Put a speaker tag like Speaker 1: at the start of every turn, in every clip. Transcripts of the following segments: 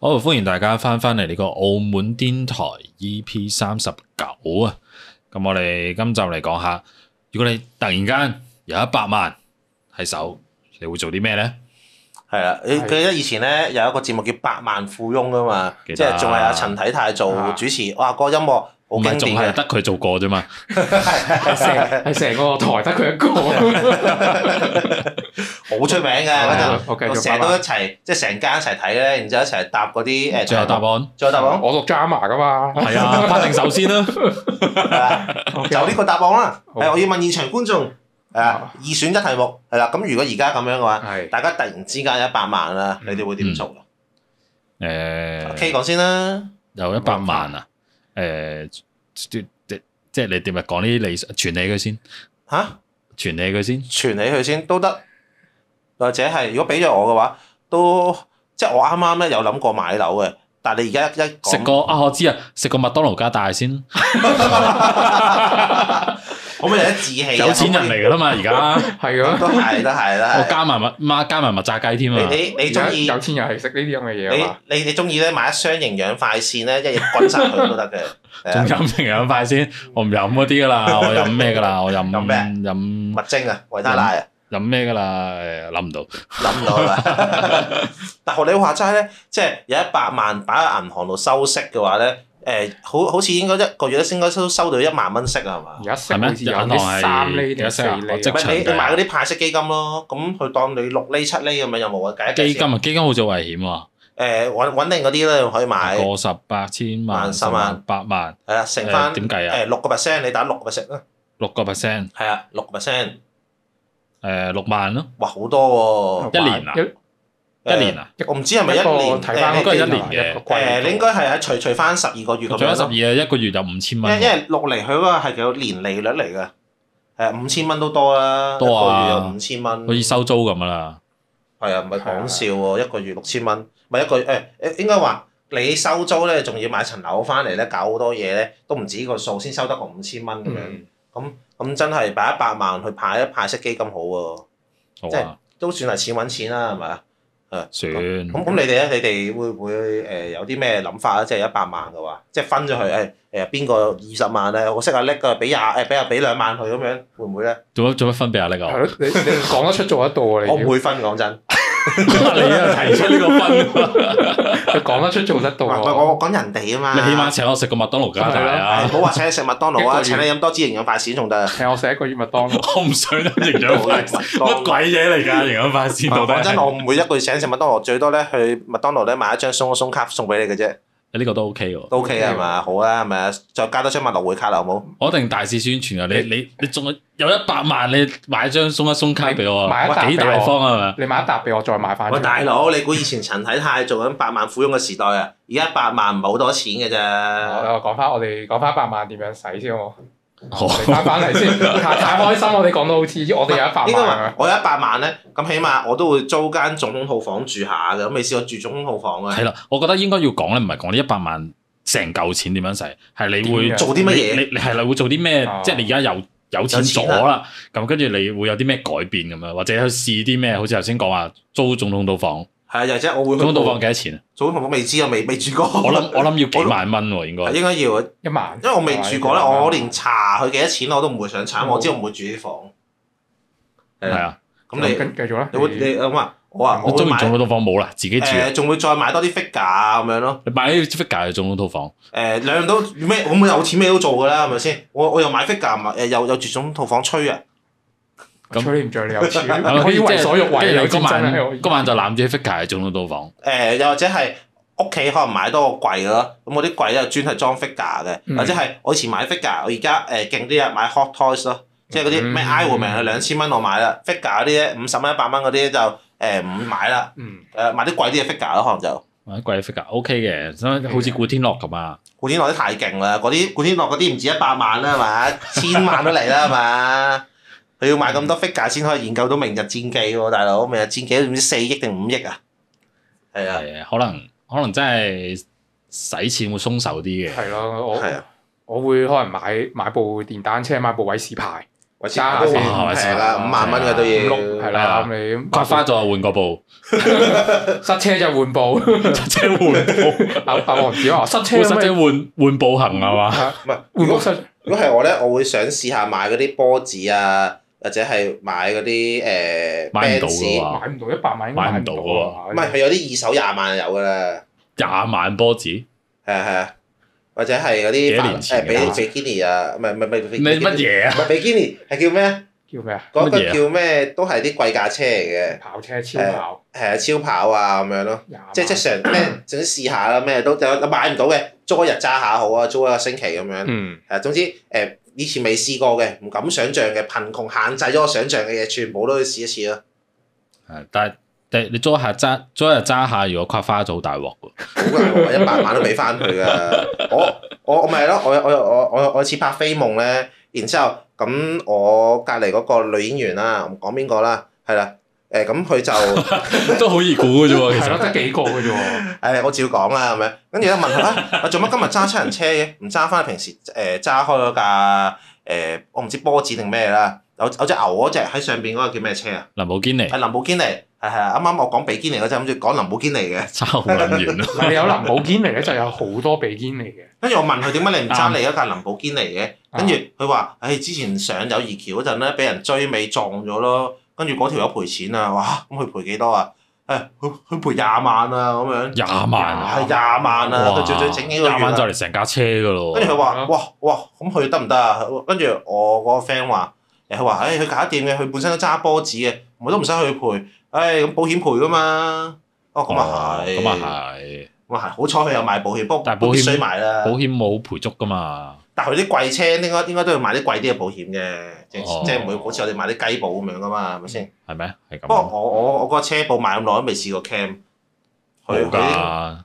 Speaker 1: 好，歡迎大家翻返嚟呢個澳門電台 EP 三十九啊！咁我哋今集嚟講下，如果你突然間有一百萬喺手，你會做啲咩呢？
Speaker 2: 係啦，你
Speaker 3: 係
Speaker 2: 記得以前咧有一個節目叫《百萬富翁》噶嘛，
Speaker 1: 記
Speaker 2: 即
Speaker 1: 得啊
Speaker 2: 係仲係阿陳體泰做主持，哇！個音樂好啊
Speaker 1: 唔
Speaker 2: 經
Speaker 1: 係仲
Speaker 2: 典
Speaker 1: 係
Speaker 2: 嘅，
Speaker 1: 得佢做過啫 嘛，
Speaker 3: 係成係成個台得佢一
Speaker 2: vâng.
Speaker 3: 個，
Speaker 2: 好出名嘅
Speaker 3: 啊
Speaker 2: 嗰
Speaker 3: Dạ, ，OK，
Speaker 2: 陣，我
Speaker 3: 做
Speaker 2: 成日都
Speaker 3: 百萬
Speaker 2: 一齊即係成間一齊睇咧，然之後一齊答嗰啲誒
Speaker 1: 最後答案，
Speaker 2: 最後答案
Speaker 3: 我讀 drama 噶嘛，
Speaker 1: 係 啊，拍定首先啦，
Speaker 2: 係啦，就呢個答案啦。
Speaker 3: 好
Speaker 2: 係我要問現場觀眾，係啊，二選一題目係啦。咁如果而家咁樣嘅話，
Speaker 3: 係
Speaker 2: 大家突然之間有一百萬啦，你
Speaker 3: 嗯
Speaker 2: 哋會點做啊
Speaker 1: 誒，
Speaker 2: ？K 講先啦，
Speaker 1: 有一百萬啊，誒，即即即係你點啊？講呢啲理傳你佢先，
Speaker 2: 嚇
Speaker 1: 傳你佢先，
Speaker 2: 傳你佢先都得，或者係如果俾咗我嘅話，都即係我啱啱咧有諗過買樓嘅，但係你而家一
Speaker 1: 食
Speaker 2: 講，
Speaker 1: 個啊，我知啊，食個麥當勞加大先，
Speaker 2: 可唔可以有啲志氣啊？
Speaker 1: 有錢人嚟噶啦嘛，而家
Speaker 3: 係啊，
Speaker 2: 都 係都係啦
Speaker 1: 我。 加埋麥媽加埋麥炸雞添
Speaker 2: 你
Speaker 1: 啊！
Speaker 2: 你你中意
Speaker 3: 有錢人係食呢啲咁嘅嘢啊嘛，
Speaker 2: 你你你中意咧買一箱營養快線咧，一嘢均晒佢都 得嘅。係
Speaker 1: 仲
Speaker 2: 啊
Speaker 1: 飲營養快先，我唔飲嗰啲噶 啦，我飲咩噶啦，我飲
Speaker 2: 飲咩
Speaker 1: 飲
Speaker 2: 物精啊，維他奶啊，
Speaker 1: 飲咩噶啦，誒諗唔到。
Speaker 2: 諗唔到啦。 但學你話齋咧，即係有一百萬擺喺銀行度收息嘅話咧，誒好好似應該一個月都應該都收到一萬蚊息啊，係嘛
Speaker 3: 而？家食
Speaker 1: 係咩
Speaker 3: 好似有
Speaker 1: 銀行係
Speaker 3: 啲三厘
Speaker 1: 有
Speaker 3: 定
Speaker 1: 啲
Speaker 3: 四
Speaker 1: 啊我
Speaker 3: 厘
Speaker 1: 即
Speaker 2: 唔
Speaker 3: 啊，
Speaker 2: 係你
Speaker 1: 長
Speaker 2: 你
Speaker 1: 計
Speaker 2: 買嗰啲派息基金咯，咁佢當你六厘七厘咁樣有冇啊？計一計
Speaker 1: 基
Speaker 2: 先
Speaker 1: 金啊，基金好似危險喎，
Speaker 2: 誒穩穩定嗰啲咧可以買，
Speaker 1: 過十百千萬
Speaker 2: 萬
Speaker 1: 十
Speaker 2: 十萬
Speaker 1: 萬百萬，
Speaker 2: 係啦，乘翻
Speaker 1: 誒點計啊
Speaker 2: 誒六個 percent，你打六個 percent 啦，
Speaker 1: 六個 percent，
Speaker 2: 係啊，六個 percent，
Speaker 1: 誒六萬咯，
Speaker 2: 哇好多
Speaker 3: Ờ,
Speaker 1: 一年啊
Speaker 3: 一
Speaker 2: 喎！
Speaker 1: 一年啊，
Speaker 2: 誒我唔知係咪
Speaker 3: 一個
Speaker 2: 年？
Speaker 3: 睇翻
Speaker 2: 誒
Speaker 1: 應該係一
Speaker 2: 你
Speaker 1: 年嘅
Speaker 2: 誒你應該係喺除除翻十二個月咁
Speaker 1: 仲有
Speaker 2: 樣
Speaker 1: 十
Speaker 2: 咯
Speaker 1: 二，啊，一個月有五千
Speaker 2: 因
Speaker 1: 蚊
Speaker 2: 為因，為六厘佢嗰個係叫年利率嚟嘅，誒五千蚊都多啦，
Speaker 1: 多啊
Speaker 2: 一個月有五千蚊，
Speaker 1: 好似收租咁噶啦。
Speaker 2: 係啊，唔係講笑喎，一個月六千蚊，唔係一個月誒誒，應該話你收租咧，仲要買層樓翻嚟咧，搞好多嘢咧，都唔止個數，先收得個五千蚊咁樣。
Speaker 3: 嗯
Speaker 2: 咁真係擺一百萬去派一派息基金好喎，
Speaker 1: 好
Speaker 2: 即
Speaker 1: 啊
Speaker 2: 係，都算係錢揾錢啦，係咪啊？
Speaker 1: 算
Speaker 2: 咁咁你哋咧，你哋會唔會誒有啲咩諗法啊？即係一百萬嘅話，即係分咗佢誒誒邊個二十萬咧？我識阿叻嘅，俾廿誒俾啊俾兩萬佢咁樣，會唔會咧？
Speaker 1: 做乜做乜分俾阿力
Speaker 3: 係
Speaker 1: 啊？
Speaker 3: 咯，你你講得出做得到啊！你
Speaker 2: 我唔
Speaker 3: 要
Speaker 2: 會分講真，
Speaker 1: 你啊提出呢個分，
Speaker 3: 你講得出做得
Speaker 2: 唔
Speaker 3: 到
Speaker 2: 係
Speaker 3: 啊！
Speaker 2: 唔係我我講人哋啊嘛。
Speaker 1: 你起碼請我食個麥當勞加大
Speaker 2: 係唔
Speaker 1: 啊！
Speaker 2: 好話請你食麥當勞啊，
Speaker 3: 一個
Speaker 2: 請
Speaker 3: 月
Speaker 2: 你飲多支營養快閃仲得啊。
Speaker 3: 請我食一個月麥當勞，
Speaker 1: 我唔想飲營養快 線，乜鬼嘢嚟㗎？營養快線到底
Speaker 2: 講真，
Speaker 1: 係？
Speaker 2: 我唔會一個月請食麥當勞，最多咧去麥當勞咧買一張鬆一鬆卡送俾你嘅啫，
Speaker 1: 呢個都 OK 喎。
Speaker 2: 都 OK 啊係嘛？好啊，係咪啊？再加多張麥樂會卡啦，好冇？
Speaker 1: 我一定大肆宣傳啊！你你你仲有一百萬，你買張鬆一鬆卡俾我啊！
Speaker 3: 買一沓
Speaker 1: 幾
Speaker 3: 俾
Speaker 1: 大
Speaker 3: 我
Speaker 1: 方啊係咪？
Speaker 3: 你買一沓俾我再買翻。
Speaker 2: 喂，大佬，你估以前陳體泰做緊百萬富翁嘅時代啊？而家百萬唔係好多錢嘅咋？
Speaker 3: 我我講翻我哋講翻百萬點樣使先好
Speaker 1: 好
Speaker 3: 冇？你翻翻 嚟先，太太開心！我哋講到好似我哋有一百
Speaker 2: 應該
Speaker 3: 萬啊
Speaker 2: 話！我有一百萬咧，咁起碼我都會租間總統套房住下嘅，咁未試過住總統套房啊
Speaker 1: 係？啦，我覺得應該要講咧，唔係講呢一百萬成嚿錢點樣使，係你會
Speaker 3: 點樣
Speaker 2: 做啲乜嘢
Speaker 1: 你你你係啦，會做啲咩
Speaker 3: 哦？
Speaker 1: 即係你而家有有錢咗啦，咁跟住你會有啲咩改變咁樣，或者去試啲咩？好似頭先講話租總統套房，
Speaker 2: 係啊，又或者我會去
Speaker 1: 總統套房幾多錢啊？
Speaker 2: 總統套房未知啊，未未住過。
Speaker 1: 我諗我諗要幾
Speaker 2: 我諗
Speaker 1: 萬蚊喎，應該
Speaker 2: 係應該要啊，
Speaker 3: 一萬，
Speaker 2: 因為我未住過咧，
Speaker 3: 係嘛
Speaker 2: 我連查佢幾多錢我都唔會想查，
Speaker 1: 哦
Speaker 3: 嗯
Speaker 2: 我知我唔會住啲房。係
Speaker 1: 係
Speaker 2: 啊，
Speaker 1: 啊！
Speaker 2: 咁你
Speaker 3: 跟繼續啦，
Speaker 2: 你會你咁啊？我話
Speaker 1: 我
Speaker 2: 我會
Speaker 1: 租完總
Speaker 2: 買
Speaker 1: 統套房冇啦，自己住啊。
Speaker 2: 誒，仲會再買多啲 figure 啊咁樣咯。
Speaker 1: 你買呢啲 figure 嘅總統套房，
Speaker 2: 誒兩樣都咩？我冇有錢咩都做㗎啦，係咪先？我我又買 figure，買誒又又住總套房吹啊！
Speaker 1: 咁
Speaker 3: 吹你唔着你有 錢，
Speaker 1: 係
Speaker 3: 可以為所欲為，有
Speaker 1: 跟住你嗰
Speaker 3: 錢真
Speaker 1: 晚
Speaker 3: 係可以
Speaker 1: 嗰晚就攬住 figure 嘅總統套房。
Speaker 2: 誒又或者係屋企可能買多個櫃咯，咁我啲櫃咧專係裝 figure 嘅，
Speaker 3: 嗯
Speaker 2: 或者係我以前買 figure，我而家誒勁啲啊買 hot toys 咯，即係嗰啲咩
Speaker 3: 嗯
Speaker 2: Iron Man 啊兩千蚊我買啦，figure 嗰啲咧五十蚊一百蚊嗰啲就誒唔買啦，
Speaker 3: 嗯，
Speaker 2: 誒買啲貴啲嘅 figure 咯，可能就。
Speaker 1: 或者啊貴 figure OK 嘅，所以好似古天樂咁啊，
Speaker 2: 古天樂啲太勁啦，嗰啲古天樂嗰啲唔止一百萬啦，係嘛？ 千萬都嚟啦，係嘛？佢要買咁多 figure 先可以研究到明日戰記喎，大佬！明日戰記都唔知四億定五億啊？係啊，
Speaker 1: 係啊可能可能真係使錢會鬆手啲嘅，
Speaker 3: 係咯，我
Speaker 2: 係啊，
Speaker 3: 我會可能買買部電單車，買部偉士牌，
Speaker 2: 維持下都唔
Speaker 1: 哇
Speaker 2: 平啦，五萬蚊嘅都
Speaker 3: 五
Speaker 2: 要。
Speaker 3: 六係
Speaker 1: 係啊
Speaker 3: 啦，你
Speaker 1: 刮花咗換個 部，
Speaker 3: 塞車就 換步，
Speaker 1: 即係換部，
Speaker 3: 阿阿黃子華啊塞車
Speaker 1: 換塞
Speaker 3: 咩
Speaker 1: 者？換換步行係嘛？
Speaker 2: 唔係，
Speaker 3: 換
Speaker 2: 如
Speaker 3: 步
Speaker 2: 果
Speaker 3: 塞
Speaker 2: 如果係我咧，我會想試下買嗰啲波子啊，或者係買嗰啲誒
Speaker 1: 買唔到
Speaker 2: Benz
Speaker 1: 嘅話，
Speaker 3: 買唔到一啊百萬，
Speaker 1: 買唔到
Speaker 2: 唔
Speaker 3: 喎
Speaker 2: 係佢有啲二手廿萬就有㗎啦，
Speaker 1: 廿萬波子，
Speaker 2: 係啊係啊，或者係嗰
Speaker 1: 幾
Speaker 2: 啲
Speaker 1: 多
Speaker 2: 法
Speaker 1: 年前
Speaker 2: 誒比
Speaker 1: 嘅啦
Speaker 2: 比基尼啊，唔係唔係唔係比
Speaker 1: 你乜嘢
Speaker 2: 唔
Speaker 1: 啊？
Speaker 2: 係比基尼係叫咩啊？
Speaker 3: 叫咩啊？
Speaker 2: 嗰個
Speaker 1: 乜嘢啊
Speaker 2: 叫咩？都係啲貴價車嚟嘅，
Speaker 3: 跑車超跑
Speaker 2: 係啊超跑啊咁樣咯。
Speaker 3: 廿萬
Speaker 2: 即係即係常咩，總之試下啦，咩都有買唔到嘅，租一日揸下好啊，租一個星期咁樣。
Speaker 3: 嗯
Speaker 2: 誒，總之誒、以前未試過嘅，唔敢想像嘅，貧窮限制咗我想像嘅嘢，全部都去試一次咯。
Speaker 1: 係但係但係你租下揸，租一日揸下，如果刮花咗好大鑊喎。
Speaker 2: 好難喎，一百萬都俾翻佢㗎。我我我咪係咯，我我我我我似拍飛夢咧，然之後咁我隔離嗰個女演員啦，唔講邊個啦，係啦，誒咁佢就。
Speaker 1: 都好易估嘅啫喎，其
Speaker 3: 係
Speaker 1: 實
Speaker 3: 咯，得幾個嘅啫 喎，
Speaker 2: 誒，我照講啦咁樣，跟住咧問佢啊，我做乜今日揸七人車嘅？唔揸翻平時誒揸開嗰架誒，我唔知波子定咩啦，有有隻牛嗰只喺上邊嗰個叫咩車啊？
Speaker 1: 林寶堅尼
Speaker 2: 係林寶堅尼，係係啊啱啱我講比堅尼嗰陣，諗住講林寶堅尼嘅，
Speaker 1: 差好撚遠啊咯。
Speaker 3: 你有林寶堅尼咧，就有好多比堅尼嘅。
Speaker 2: 跟住我問佢點解你唔
Speaker 1: 嗯
Speaker 2: 揸你嗰架林寶堅尼嘅？跟住佢話：，唉、之前上友誼橋嗰陣咧，俾人追尾撞咗咯，跟住嗰條友賠錢啊！哇，咁佢賠幾多啊？誒、佢佢賠廿萬啊咁樣，
Speaker 1: 廿萬，
Speaker 2: 係廿萬啊！
Speaker 1: 哇
Speaker 2: 佢最最整幾個月
Speaker 1: 廿
Speaker 2: 啊
Speaker 1: 萬就嚟成架車㗎咯
Speaker 2: 跟住
Speaker 1: 喎。
Speaker 2: 佢
Speaker 3: 係
Speaker 2: 話：
Speaker 3: 啊
Speaker 2: 哇哇，咁佢得唔得啊？跟住我嗰個 friend 話：誒佢話，誒佢搞掂嘅，佢本身都揸波子嘅，我都唔使去賠，誒咁保險賠噶嘛。哦，咁啊
Speaker 1: 哦
Speaker 2: 係，
Speaker 1: 咁啊係，
Speaker 2: 咁啊係，好彩佢有買保險，不過
Speaker 1: 但係保險
Speaker 2: 必須買啦
Speaker 1: 保。險冇賠足㗎嘛。
Speaker 2: 但係佢啲貴車應該應該都要買啲貴啲嘅保險嘅，即
Speaker 1: 哦
Speaker 2: 即係唔會好似我哋買啲雞保咁樣噶嘛，係咪先？
Speaker 1: 係咩？係
Speaker 2: 不過
Speaker 1: 咁。
Speaker 2: 我我我嗰個車保買咁耐都未試過 cam，
Speaker 1: 冇
Speaker 2: 佢佢
Speaker 1: 㗎，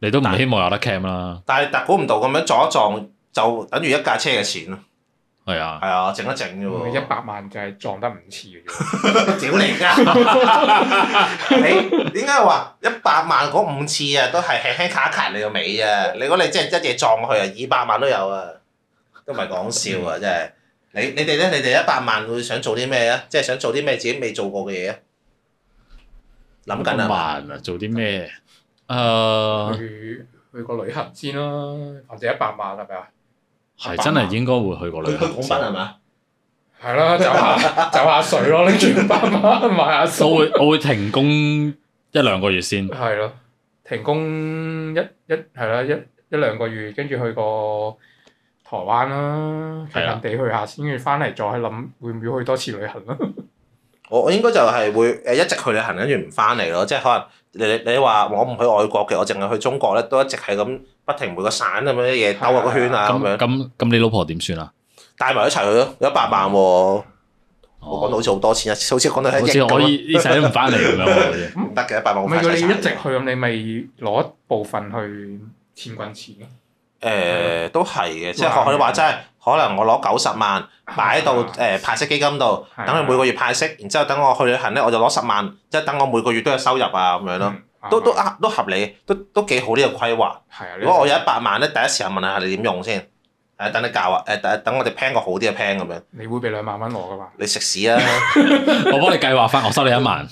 Speaker 1: 你都唔希望有得 cam 啦。
Speaker 2: 但係但估唔到咁樣撞一撞就等於一架車嘅錢咯，
Speaker 1: 係啊，
Speaker 2: 係啊，整一整啫喎。
Speaker 3: 一百萬就係撞得五次嘅啫，
Speaker 2: 屌你 㗎！你點解話一百萬嗰五次啊，都係輕輕卡一卡你個尾啊？你講你真係一夜撞落去啊，二百萬都有啊，都唔係講笑啊！真係你你哋咧，你哋一百萬會想做啲咩啊？即係想做啲咩自己未做過嘅嘢啊？諗緊啊嘛，
Speaker 1: 慢啊，做啲咩？啊
Speaker 2: 啊
Speaker 1: 誒，
Speaker 3: 去去個旅行先啦，或者一百萬係咪啊？
Speaker 1: 係真係應該會去過
Speaker 2: 佢
Speaker 1: 旅
Speaker 2: 佢
Speaker 1: 行
Speaker 2: 講啊緊係
Speaker 1: 先。
Speaker 2: 嘛？
Speaker 3: 係啦，走 下走下水咯，拎住一百萬買下水。
Speaker 1: 我會我會停工一兩個月先。
Speaker 3: 係咯，停工一一係啦，一一兩個月，跟住去過台灣啦，近
Speaker 1: 係啊
Speaker 3: 近地去下先，跟住翻嚟再諗會唔會去多次旅行咯。
Speaker 2: 我我應該就係會誒一直去旅行，跟住唔翻嚟咯。即係可能你你你話我唔去外國嘅，我淨係去中國咧，都一直係咁不停每個省咁樣嘢兜下個圈啊咁樣
Speaker 1: 咁。咁咁，你老婆點算啊？
Speaker 2: 帶埋一齊去咯，有一百萬喎、我講
Speaker 1: 哦
Speaker 2: 到好似好多錢啊，好似講到一
Speaker 1: 好
Speaker 2: 億
Speaker 1: 似
Speaker 2: 咁
Speaker 1: 可
Speaker 2: 啊
Speaker 1: 以呢世都唔翻嚟咁樣喎。
Speaker 2: 唔得嘅一百萬
Speaker 3: 唔
Speaker 2: 好快
Speaker 3: 係如果
Speaker 2: 使
Speaker 3: 你
Speaker 2: 晒
Speaker 3: 一直去咁，你咪攞一部分去錢滾錢咯。嗯
Speaker 2: 誒都係嘅，即係學你話齋，可能我攞九十萬擺喺度
Speaker 3: 係啊
Speaker 2: 誒派息基金度，
Speaker 3: 係啊
Speaker 2: 等佢每個月派息，然之後等我去旅行咧，我就攞十萬，即係等我每個月都有收入啊咁樣咯，
Speaker 3: 嗯
Speaker 2: 都都
Speaker 3: 啱啊
Speaker 2: 啊都合理，都都幾好呢個規劃。
Speaker 3: 係啊！
Speaker 2: 如果我有
Speaker 3: 一
Speaker 2: 一百萬咧，第一時間問下你點用先，誒等你教啊，誒等等我哋 plan 個好啲嘅 plan 咁樣，
Speaker 3: 你會俾兩萬蚊我噶嘛？
Speaker 2: 你食屎 啊！
Speaker 1: 我幫你計劃翻，我收你一萬。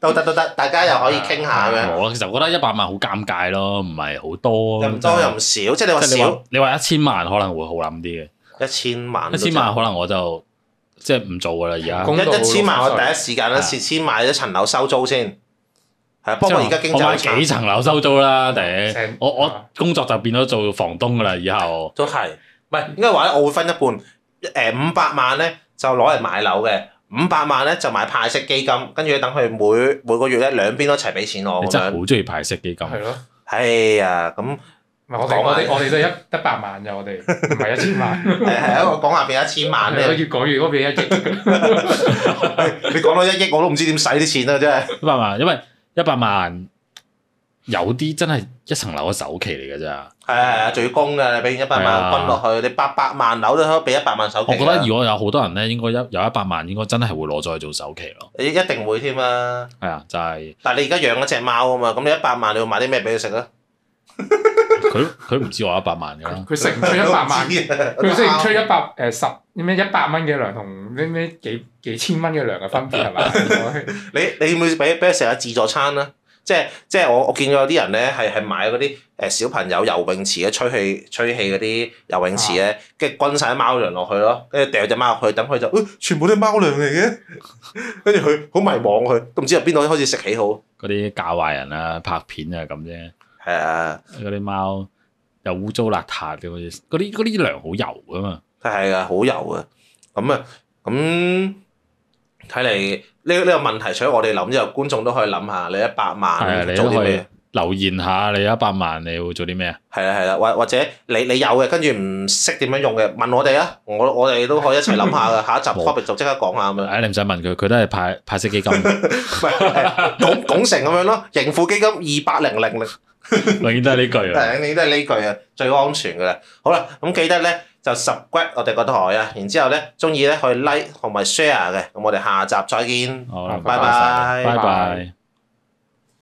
Speaker 2: 都得都得，大家又可以傾下啊咁樣。
Speaker 1: 我其實覺得一百萬好尷尬咯，唔係好多。
Speaker 2: 又唔多又唔少，即係你話
Speaker 1: 即係你
Speaker 2: 少
Speaker 1: 話你話一千萬可能會好諗啲
Speaker 2: 一千
Speaker 1: 嘅，
Speaker 2: 萬都
Speaker 1: 一
Speaker 2: 真，
Speaker 1: 千萬可能我就即係唔做噶啦而家。
Speaker 3: 公道
Speaker 2: 一一千萬，我
Speaker 3: 六十
Speaker 2: 第一
Speaker 3: 歲
Speaker 2: 時間咧
Speaker 1: 係啊
Speaker 2: 先先買咗層樓收租先，係啊，不過而家經濟
Speaker 1: 我
Speaker 2: 好嗯
Speaker 1: 買幾
Speaker 2: 慘，
Speaker 1: 層樓收租啦，頂
Speaker 3: 成！
Speaker 1: 我我
Speaker 3: 啊
Speaker 1: 工作就變咗做房東噶啦，以後
Speaker 2: 都係唔係應該話咧？我會分一半，誒五百萬咧就攞嚟買樓嘅，五百萬咧就買派息基金，跟住等佢每每個月咧兩邊都一齊俾錢我
Speaker 1: 你
Speaker 2: 咁
Speaker 1: 真
Speaker 2: 樣。
Speaker 1: 係好中意派息基金。
Speaker 3: 係咯。
Speaker 2: 哎呀，咁
Speaker 3: 唔係
Speaker 2: 講
Speaker 3: 我哋
Speaker 2: 埋
Speaker 3: 我哋我哋都一一百萬咋，我哋唔係一千 萬。
Speaker 2: 係 係我講下俾一千萬
Speaker 3: 係咯
Speaker 2: 咧，
Speaker 3: 越講越嗰邊一億。
Speaker 2: 你講到一億我都唔知點使啲錢啦，啊真係。
Speaker 1: 一百萬，因為一百萬有啲真係一層樓嘅首期嚟嘅咋。
Speaker 2: 係係係最供嘅，你俾一百
Speaker 1: 係啊
Speaker 2: 萬分落去，你八百萬樓都可以俾一百萬啊首期
Speaker 1: 我
Speaker 2: 㗎。
Speaker 1: 覺得如果有好多人咧，應該一有一百萬，應該真係會攞咗去做首期咯。
Speaker 2: 一一定會添啊！
Speaker 1: 係啊，就係、
Speaker 2: 但係你而家養一隻貓啊嘛，咁你一百萬你要買啲咩俾佢食啊？
Speaker 1: 佢佢唔知我一百萬㗎啦
Speaker 3: 佢，佢食唔出 一百萬。
Speaker 2: 啊
Speaker 3: 佢即係出
Speaker 2: 出
Speaker 3: 一百誒十咩一百蚊嘅糧同咩咩幾幾千蚊嘅糧嘅分別係嘛？
Speaker 2: 你你會俾俾佢食下自助餐啦？即係即係我我見過有啲人咧係係買嗰啲誒小朋友游泳池嘅吹氣吹氣嗰啲游泳池
Speaker 3: 啊
Speaker 2: 咧，跟住轟晒啲貓糧落去咯，跟住掉只貓落去，等 佢就、哎全部都係貓糧嚟嘅，跟住佢好迷茫佢，都唔知由邊度開始食起好。
Speaker 1: 嗰啲教壞人啊、拍片啊咁啫。
Speaker 2: 係啊，
Speaker 1: 嗰啲貓又污糟邋遢嘅，嗰啲嗰啲嗰啲糧好油噶嘛。
Speaker 2: 係啊，好油啊！咁啊，咁睇嚟呢呢個問題，除咗我哋諗之後，觀眾都可以諗下，你一百
Speaker 1: 係啊
Speaker 2: 萬
Speaker 1: 你
Speaker 2: 做
Speaker 1: 都
Speaker 2: 啲
Speaker 1: 可以
Speaker 2: 咩？
Speaker 1: 留言下你有一啊百萬，你會做啲咩啊？
Speaker 2: 係啦係啦，或或者你你有嘅，跟住唔識點樣用嘅，問我哋啊，我我哋都可以一齊諗下 嘅，下一集 topic 就即刻講下咁樣，
Speaker 1: 唉，你唔使問佢，佢都係派派息基金，永
Speaker 2: 唔係拱拱成咁樣咯，盈富基金二八零零零，
Speaker 1: 遠都係呢句啊。
Speaker 2: 係你都係呢句啊，最安全嘅啦。好啦，咁記得咧就 subscribe 我哋個台啊，然之後咧中意咧去 like 同埋 share 嘅，咁我哋下集再見，
Speaker 1: 好啦，
Speaker 2: 拜
Speaker 1: 拜
Speaker 2: 拜。
Speaker 1: 拜拜。